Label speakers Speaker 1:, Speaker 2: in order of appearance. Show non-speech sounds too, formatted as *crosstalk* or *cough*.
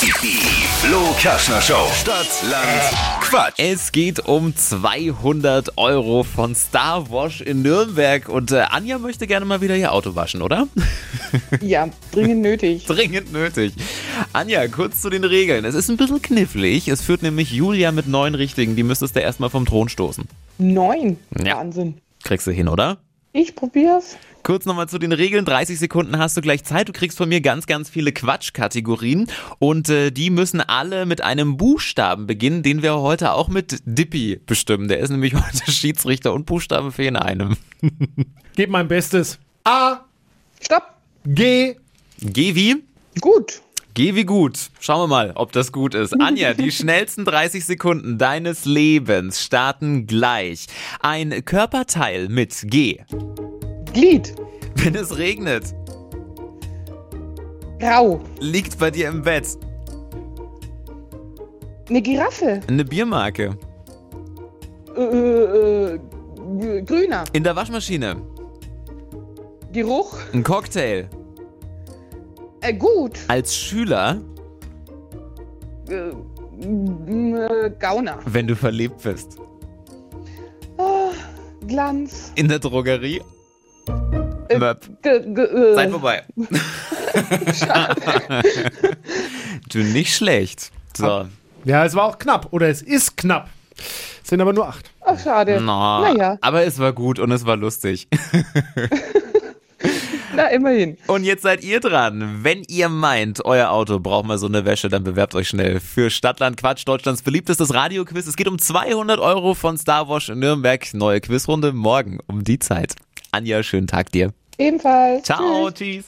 Speaker 1: Die Flo Kaschner Show. Stadt, Land, Quatsch.
Speaker 2: Es geht um 200 Euro von Star Wash in Nürnberg und äh, Anja möchte gerne mal wieder ihr Auto waschen, oder? *laughs*
Speaker 3: Ja, dringend nötig.
Speaker 2: Dringend nötig. Anja, kurz zu den Regeln. Es ist ein bisschen knifflig. Es führt nämlich Julia mit neun Richtigen. Die müsstest du erstmal vom Thron stoßen.
Speaker 3: Neun.
Speaker 2: Ja.
Speaker 3: Wahnsinn.
Speaker 2: Kriegst du hin, oder?
Speaker 3: Ich probier's.
Speaker 2: Kurz nochmal zu den Regeln. 30 Sekunden hast du gleich Zeit. Du kriegst von mir ganz, ganz viele Quatschkategorien. Und äh, die müssen alle mit einem Buchstaben beginnen, den wir heute auch mit Dippy bestimmen. Der ist nämlich *laughs* heute Schiedsrichter und Buchstaben für in einem.
Speaker 4: Gib mein Bestes. A,
Speaker 3: Stopp.
Speaker 4: G,
Speaker 2: Geh wie?
Speaker 3: Gut.
Speaker 2: Geh wie gut. Schauen wir mal, ob das gut ist. Anja,
Speaker 3: *laughs*
Speaker 2: die schnellsten 30 Sekunden deines Lebens starten gleich. Ein Körperteil mit G.
Speaker 3: Glied.
Speaker 2: Wenn es regnet,
Speaker 3: Grau.
Speaker 2: liegt bei dir im Bett
Speaker 3: Eine Giraffe.
Speaker 2: eine Biermarke.
Speaker 3: Äh, äh, äh, grüner.
Speaker 2: In der Waschmaschine
Speaker 3: Geruch.
Speaker 2: ein Cocktail.
Speaker 3: Äh, gut.
Speaker 2: Als Schüler,
Speaker 3: Äh, m- äh, Gauner.
Speaker 2: wenn du verliebt bist.
Speaker 3: Ah, Glanz.
Speaker 2: In der Drogerie.
Speaker 3: Äh,
Speaker 2: Möp.
Speaker 3: Ge- ge-
Speaker 2: Seid
Speaker 3: äh, *laughs*
Speaker 2: vorbei. du nicht schlecht. So.
Speaker 4: Ja, es war auch knapp. Oder es ist knapp. Es sind aber nur acht.
Speaker 3: ach, schade.
Speaker 2: Na,
Speaker 3: Naja,
Speaker 2: Aber es war gut und es war lustig.
Speaker 3: na immerhin.
Speaker 2: Und jetzt seid ihr dran. Wenn ihr meint, euer Auto braucht mal so eine Wäsche, dann bewerbt euch schnell für Stadtland Quatsch, Deutschlands beliebtestes Radioquiz. Es geht um 200 Euro von Star Wars in Nürnberg. Neue Quizrunde morgen um die Zeit. Anja, schönen Tag dir.
Speaker 3: Ebenfalls.
Speaker 2: Ciao, tschüss.